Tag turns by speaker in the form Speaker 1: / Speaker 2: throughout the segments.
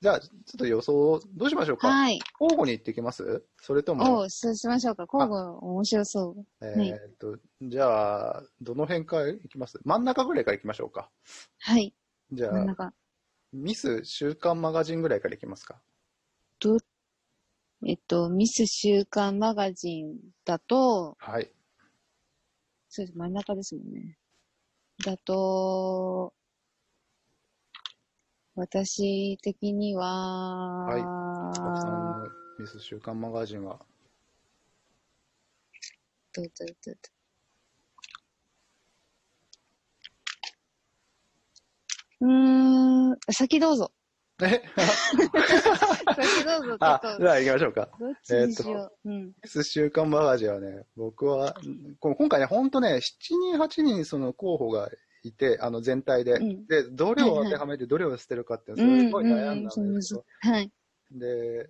Speaker 1: じゃあ、ちょっと予想、どうしましょうか、
Speaker 2: はい。
Speaker 1: 交互に行ってきますそれと
Speaker 2: お
Speaker 1: も、
Speaker 2: う、そうしましょうか。交互、面白そう。
Speaker 1: えーっと、じゃあ、どの辺から行きます真ん中ぐらいから行きましょうか。
Speaker 2: はい。
Speaker 1: じゃ
Speaker 2: 真ん
Speaker 1: あ、
Speaker 2: 中。
Speaker 1: ミス週刊マガジンぐらいから行きますか。
Speaker 2: ど、えっと、ミス週刊マガジンだと、
Speaker 1: はい。
Speaker 2: そうです、真ん中ですもんね。だと、私的には、
Speaker 1: い青木さんのミス週刊マガジンは、
Speaker 2: どうどうどうどううーん、先どうぞ。
Speaker 1: え
Speaker 2: 先どうぞ、ちょ
Speaker 1: あ
Speaker 2: っと、
Speaker 1: じ。ゃあ行きましょうか。
Speaker 2: どっちにしよう。うん。
Speaker 1: ミス週刊マガジンはね、僕は、この今回ね、ほんとね、7人、8人その候補がいて、あの全体で。
Speaker 2: うん
Speaker 1: で、どれを当てはめて、どれを捨てるかって、そ
Speaker 2: うん
Speaker 1: れすごい悩んだ
Speaker 2: うん
Speaker 1: ん
Speaker 2: うん
Speaker 1: ですよ。
Speaker 2: はい。
Speaker 1: で、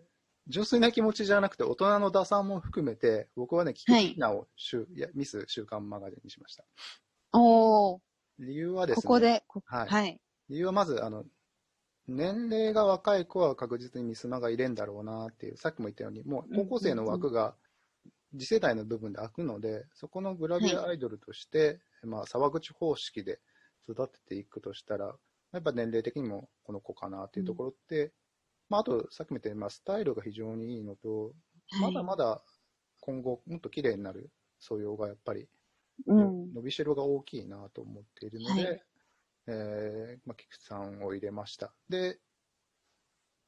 Speaker 1: 純粋な気持ちじゃなくて、大人の打算も含めて、僕はね、危機なを週、い、やミス週刊マガジンにしました。
Speaker 2: おー、
Speaker 1: 理由はです
Speaker 2: こ
Speaker 1: ね、
Speaker 2: こで、こ
Speaker 1: はい
Speaker 2: はい。
Speaker 1: 理由はまず、あの、年齢が若い子は確実にミスマが入れんだろうなっていう、さっきも言ったように、もう高校生の枠が次世代の部分で開くので、そこのグラビアアイドルとして、まあ、沢口方式で育てていくとしたら、やっぱ年齢的にもこの子かなっていうところって、まあ、あと、さっきも言ったように、まあ、スタイルが非常にいいのと、まだまだ今後、もっと綺麗になる素養がやっぱり
Speaker 2: うん。
Speaker 1: 伸びしろが大きいなと思っているので、
Speaker 2: はい
Speaker 1: えーまあ、菊池さんを入れました。で、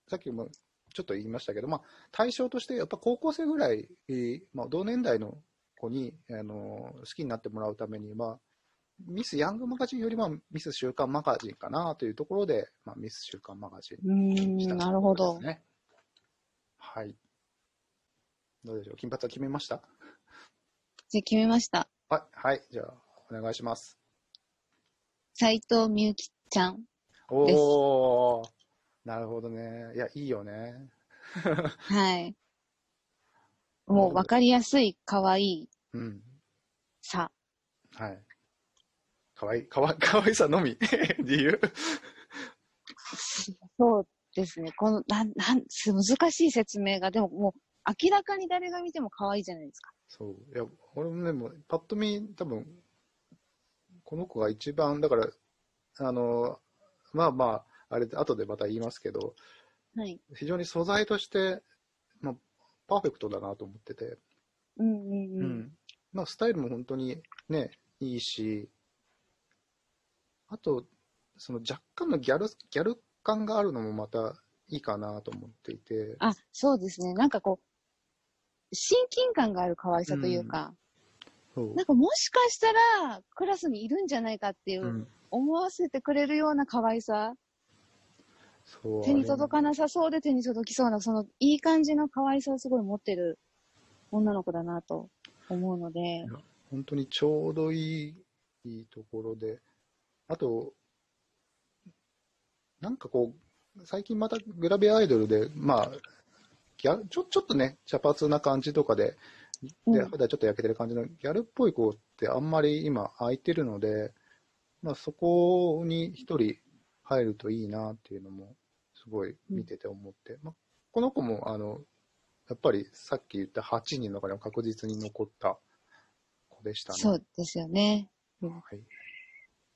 Speaker 1: さっきもちょっと言いましたけど、まあ、対象としてやっぱ高校生ぐらい、えーまあ、同年代の子に、あの好きになってもらうためには、ミスヤングマガジンよりはミス週刊マガジンかなというところで、まあ、ミス週刊マガジン
Speaker 2: う
Speaker 1: にし
Speaker 2: ー
Speaker 1: た
Speaker 2: ん、
Speaker 1: と
Speaker 2: なる
Speaker 1: ころ
Speaker 2: ほど
Speaker 1: です。ね。はい。どうでしょう金髪は決めました
Speaker 2: じゃあ決めました。
Speaker 1: はい、はい、じゃあ、お願いします。
Speaker 2: 斎藤みゆきちゃん。です
Speaker 1: おー、なるほどね。いや、いいよね。
Speaker 2: はい。
Speaker 1: なる
Speaker 2: も
Speaker 1: ほ
Speaker 2: う
Speaker 1: ど
Speaker 2: 分かりやすい、可愛い
Speaker 1: うん。
Speaker 2: さ。
Speaker 1: はい。かわいい、 かわかわいさのみ。理由
Speaker 2: そうですね。この、なん、なん、す難しい説明が、でももう、明らかに誰が見ても可愛いじゃないですか。
Speaker 1: そう。いや、俺もね、もう、パッと見、多分、この子が一番、だから、あの、まあまあ、あれ、後でまた言いますけど、
Speaker 2: はい。
Speaker 1: 非常に素材として、まあ、パーフェクトだなと思ってて、
Speaker 2: うんうん
Speaker 1: う
Speaker 2: うん。
Speaker 1: んまあ、スタイルも本当にね、いいし、あと、その若干のギャル、ギャル感があるのもまたいいかなと思っていて、
Speaker 2: あ、そうですね。なんかこう、親近感がある可愛さというか、
Speaker 1: そう
Speaker 2: なんかもしかしたら、クラスにいるんじゃないかっていう、
Speaker 1: うん
Speaker 2: 思わせてくれるような可愛さ。
Speaker 1: そう
Speaker 2: 手に届かなさそうで手に届きそうな、そのいい感じの可愛さをすごい持ってる女の子だなと思うので、
Speaker 1: 本当にちょうどいい、いいところで、あと、なんかこう、最近またグラビアアイドルで、まあ、ギャルちょちょっとね、茶髪な感じとかで、で
Speaker 2: うん
Speaker 1: 肌ちょっと焼けてる感じのギャルっぽい子ってあんまり今、空いてるので、まあ、そこに一人入るといいなっていうのも、すごい見てて思って、まあ、この子もあのやっぱりさっき言った8人の中でも確実に残った子でしたね。
Speaker 2: そうですよね。
Speaker 1: はい。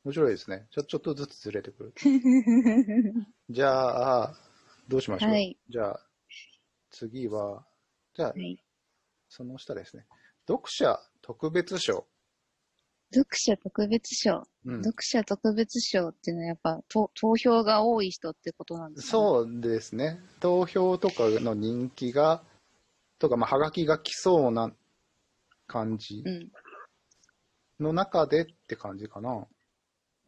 Speaker 1: 面白いですね。ちょちょっとずつずれてくる。 じゃあ、どうしましょう。
Speaker 2: はい
Speaker 1: じゃあ、次は、じゃあ
Speaker 2: は、い
Speaker 1: その下ですね。読者特別賞。
Speaker 2: 読者特別賞、
Speaker 1: うん。
Speaker 2: 読者特別賞っていうのはやっぱと投票が多い人ってことなんですかね、
Speaker 1: そうですね。投票とかの人気が、とか、まあ、はがきが来そうな感じ
Speaker 2: うん。
Speaker 1: の中でって感じかな。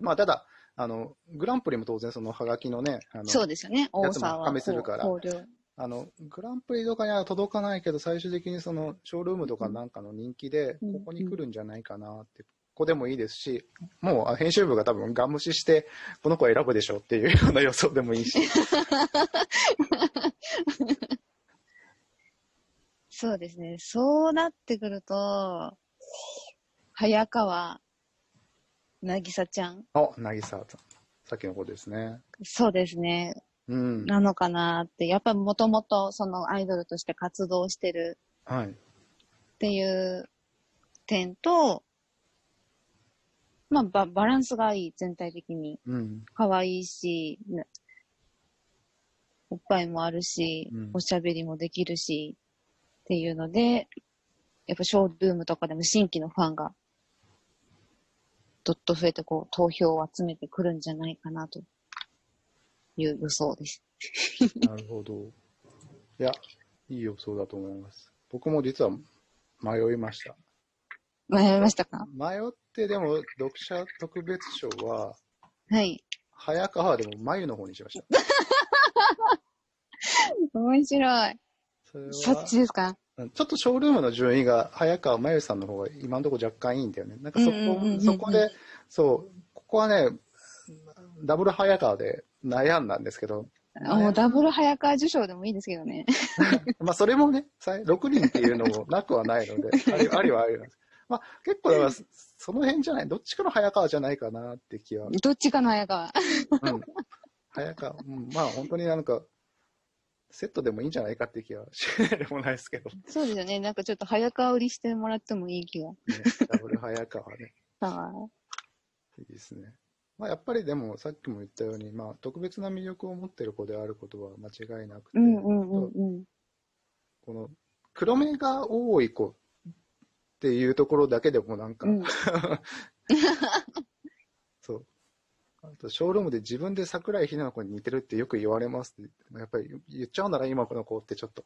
Speaker 1: まあ、ただ、あの、グランプリも当然そのはがきのね、あの
Speaker 2: そうですよね。
Speaker 1: も
Speaker 2: 多さは。
Speaker 1: 加味するから
Speaker 2: 考慮
Speaker 1: あのグランプリとかには届かないけど、最終的にそのショールームとかなんかの人気で、
Speaker 2: うん
Speaker 1: ここに来るんじゃないかなって、ここでもいいですし、もうあ編集部が多分ガン無視して、この子選ぶでしょっていうような予想でもいい し、
Speaker 2: そうですね。そうなってくると、早川、なぎさちゃん。
Speaker 1: あなぎささん、さっきの子ですね。
Speaker 2: そうですね。
Speaker 1: うん。
Speaker 2: なのかなって、やっぱもともとそのアイドルとして活動してる
Speaker 1: はい。
Speaker 2: っていう点と、まあババランスがいい、全体的に。
Speaker 1: うん。
Speaker 2: 可愛いし、ねおっぱいもあるし、
Speaker 1: うん
Speaker 2: おしゃべりもできるし、っていうので、やっぱショールームとかでも新規のファンが、どっと増えてこう、投票を集めてくるんじゃないかなという予想です。
Speaker 1: なるほど。いや、いい予想だと思います。僕も実は迷いました。
Speaker 2: 迷いましたか
Speaker 1: 迷って、でも、読者特別賞は、
Speaker 2: はい。
Speaker 1: 早川でも眉の方にしました。
Speaker 2: 面白い。
Speaker 1: それ
Speaker 2: そっ
Speaker 1: は
Speaker 2: ちですか
Speaker 1: うんちょっとショールームの順位が早川真由さんの方が今のところ若干いいんだよね。なんかそこ、
Speaker 2: うんうんうんうんうん
Speaker 1: そこで、そう、ここはね、ダブル早川で悩んだんですけど、
Speaker 2: あもうダブル早川受賞でもいいですけどね。
Speaker 1: まあそれもね、さい6人っていうのもなくはないので、ありありはありなんです。まあ結構だから、そその辺じゃない、どっちかの早川じゃないかなって気は。
Speaker 2: どっちかの早川。
Speaker 1: うん、早川、うん、まあ本当になんか、セットでもいいんじゃないかって気はしないでもないですけど、ね、
Speaker 2: そうですよね。なんかちょっと早川売りしてもらってもいい気が。
Speaker 1: ダブル早川ね。
Speaker 2: はい
Speaker 1: いですね。まあ、やっぱりでも、さっきも言ったように、まあ、特別な魅力を持ってる子であることは間違いなくて、
Speaker 2: うんうんうんうん。
Speaker 1: この黒目が多い子っていうところだけでもなんか、
Speaker 2: うん、
Speaker 1: そう。あと、ショールームで自分で桜井日奈子に似てるってよく言われますって、やっぱり言っちゃうなら今この子ってちょっと、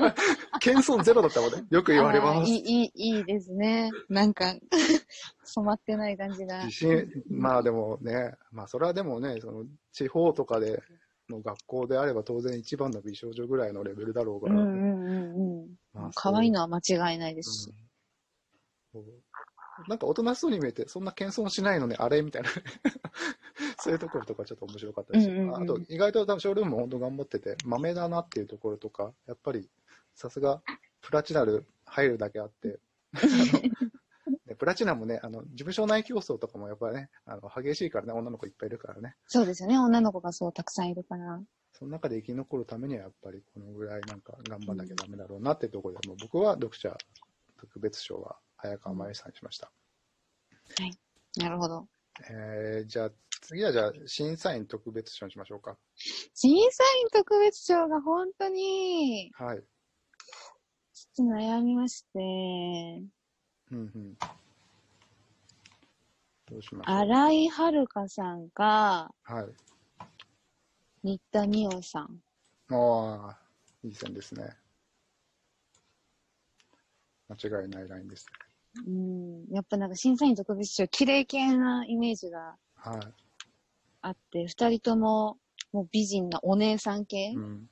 Speaker 1: 謙遜ゼロだったので、よく言われま
Speaker 2: あー
Speaker 1: す。
Speaker 2: いい、いい、いいですね。なんか、 染まってない感じが。
Speaker 1: 自信、まあでもね、まあそれはでもね、その地方とかでの学校であれば当然一番の美少女ぐらいのレベルだろう
Speaker 2: う
Speaker 1: か
Speaker 2: ん
Speaker 1: ら、
Speaker 2: うんうんうん。
Speaker 1: まあ
Speaker 2: 可愛いのは間違いないですし。
Speaker 1: うんそうなんか大人しそうに見えて、そんな謙遜しないのね、あれみたいな。 そういうところとかちょっと面白かったです、
Speaker 2: うんうんうん
Speaker 1: あと、意外と多分ショールームも本当頑張ってて、豆だなっていうところとか、やっぱりさすがプラチナル入るだけあって、 あのねプラチナもね、あの事務所内競争とかもやっぱね、あの激しいからね、女の子いっぱいいるからね。
Speaker 2: そうですよね。女の子がそうたくさんいるから。
Speaker 1: その中で生き残るためにはやっぱりこのぐらいなんか頑張んなきゃダメだろうなってところで、もう僕は読者特別賞は早川真由さんにしました。
Speaker 2: なるほど。
Speaker 1: えー、じゃあ次はじゃあ審査員特別賞にしましょうか。
Speaker 2: 審査員特別賞が本当に、
Speaker 1: はい。
Speaker 2: ちょっと悩みまして、
Speaker 1: うんうん。どうしましょう。
Speaker 2: 荒井遥香さんか、
Speaker 1: はい。
Speaker 2: 新田美桜さん。
Speaker 1: ああ、いい線ですね。間違いないラインですね。
Speaker 2: うん。やっぱなんか審査員特別賞、綺麗系なイメージが
Speaker 1: は
Speaker 2: あって、二人とも、もう美人なお姉さん系
Speaker 1: い。うん。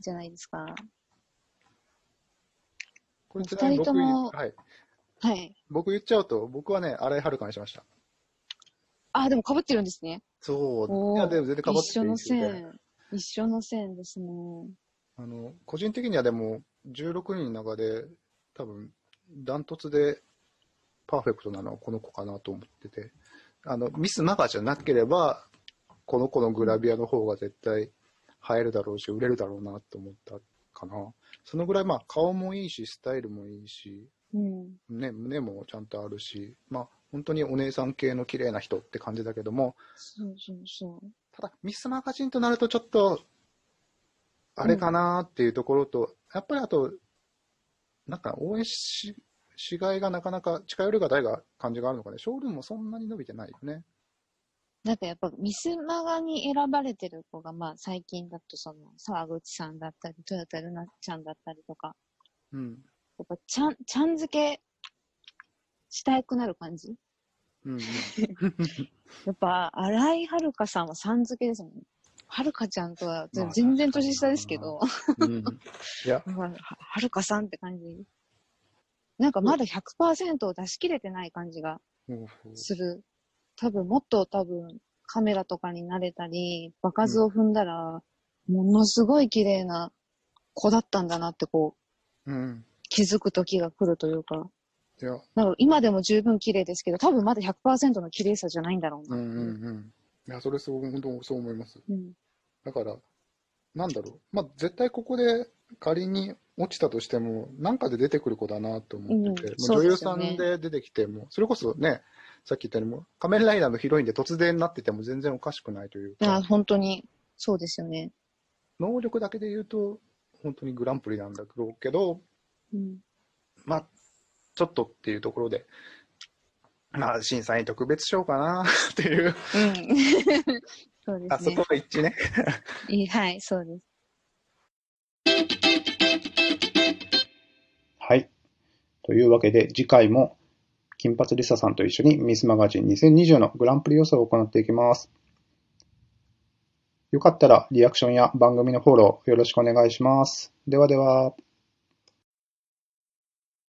Speaker 2: じゃないですか。
Speaker 1: これちなみに
Speaker 2: お二人と
Speaker 1: 僕、
Speaker 2: も
Speaker 1: はい。
Speaker 2: はい。
Speaker 1: 僕言っちゃうと、僕はね、荒井遥香にしました。
Speaker 2: あ、でも被ってるんですね。
Speaker 1: そう。
Speaker 2: お
Speaker 1: い
Speaker 2: ー
Speaker 1: や、でも全然かばって
Speaker 2: 一緒の
Speaker 1: ですよね
Speaker 2: 線。一緒の線ですね。
Speaker 1: あの、個人的にはでも、16人の中で、多分、ダントツでパーフェクトなのはこの子かなと思ってて、あの、ミスマガじゃなければ、この子のグラビアの方が絶対映えるだろうし、売れるだろうなと思ったかな。そのぐらい、まあ、顔もいいし、スタイルもいいし、
Speaker 2: うん。
Speaker 1: ね、胸もちゃんとあるし、まあ、本当にお姉さん系の綺麗な人って感じだけども、
Speaker 2: そうそうそう。
Speaker 1: ただ、ミスマガジンとなると、ちょっと、あれかなっていうところと、やっぱりあと、なんか応援し、しがいがなかなか近寄りがたいが感じがあるのかね、ショールームもそんなに伸びてないよね。
Speaker 2: なんかやっぱミスマガに選ばれてる子が、まあ最近だとその沢口さんだったり、豊田ルナちゃんだったりとか、
Speaker 1: うん。
Speaker 2: やっぱちゃん、ちゃん付けしたくなる感じ
Speaker 1: うん、
Speaker 2: やっぱ荒井遥香さんはさん付けですもんね。遥香ちゃんとは
Speaker 1: まあ
Speaker 2: 全然年下ですけど。
Speaker 1: うん。うん。いや、
Speaker 2: まあ、ははるかさんって感じ。なんかまだ100%を出し切れてない感じが
Speaker 1: も
Speaker 2: する。多分もっと多分カメラとかに慣れたり、場数を踏んだら、ものすごい綺麗な子だったんだなってこう、
Speaker 1: う、うん。
Speaker 2: 気づく時が来るというか。
Speaker 1: いや、
Speaker 2: なんか今でも十分綺麗ですけど、多分まだ100%の綺麗さじゃないんだろう
Speaker 1: う
Speaker 2: な。
Speaker 1: んうんうん。いや、それすごく本当そう思います。
Speaker 2: うん。
Speaker 1: だから、なんだろう、まあ、絶対ここで仮に落ちたとしても、なんかで出てくる子だなと思ってて、
Speaker 2: うん
Speaker 1: まあ
Speaker 2: そう
Speaker 1: 女
Speaker 2: で
Speaker 1: 優
Speaker 2: す
Speaker 1: さ
Speaker 2: よね
Speaker 1: んで出てきても、それこそね、さっき言ったようにも、仮面ライダーのヒロインで突然なってても全然おかしくないという
Speaker 2: あ
Speaker 1: か、
Speaker 2: 本当に、そうですよね。
Speaker 1: 能力だけで言うと、本当にグランプリなんだろうけど、
Speaker 2: うん。
Speaker 1: まあ、ちょっとっていうところで、まあ、審査員特別賞かなっていう、
Speaker 2: うん。そうで
Speaker 1: あ
Speaker 2: す
Speaker 1: そ
Speaker 2: ね
Speaker 1: こ。は一致ね。
Speaker 2: いいはい、そうです。
Speaker 3: はい。というわけで、次回も金髪リサさんと一緒にミスマガジン2020のグランプリ予想を行っていきます。よかったらリアクションや番組のフォローよろしくお願いします。ではでは。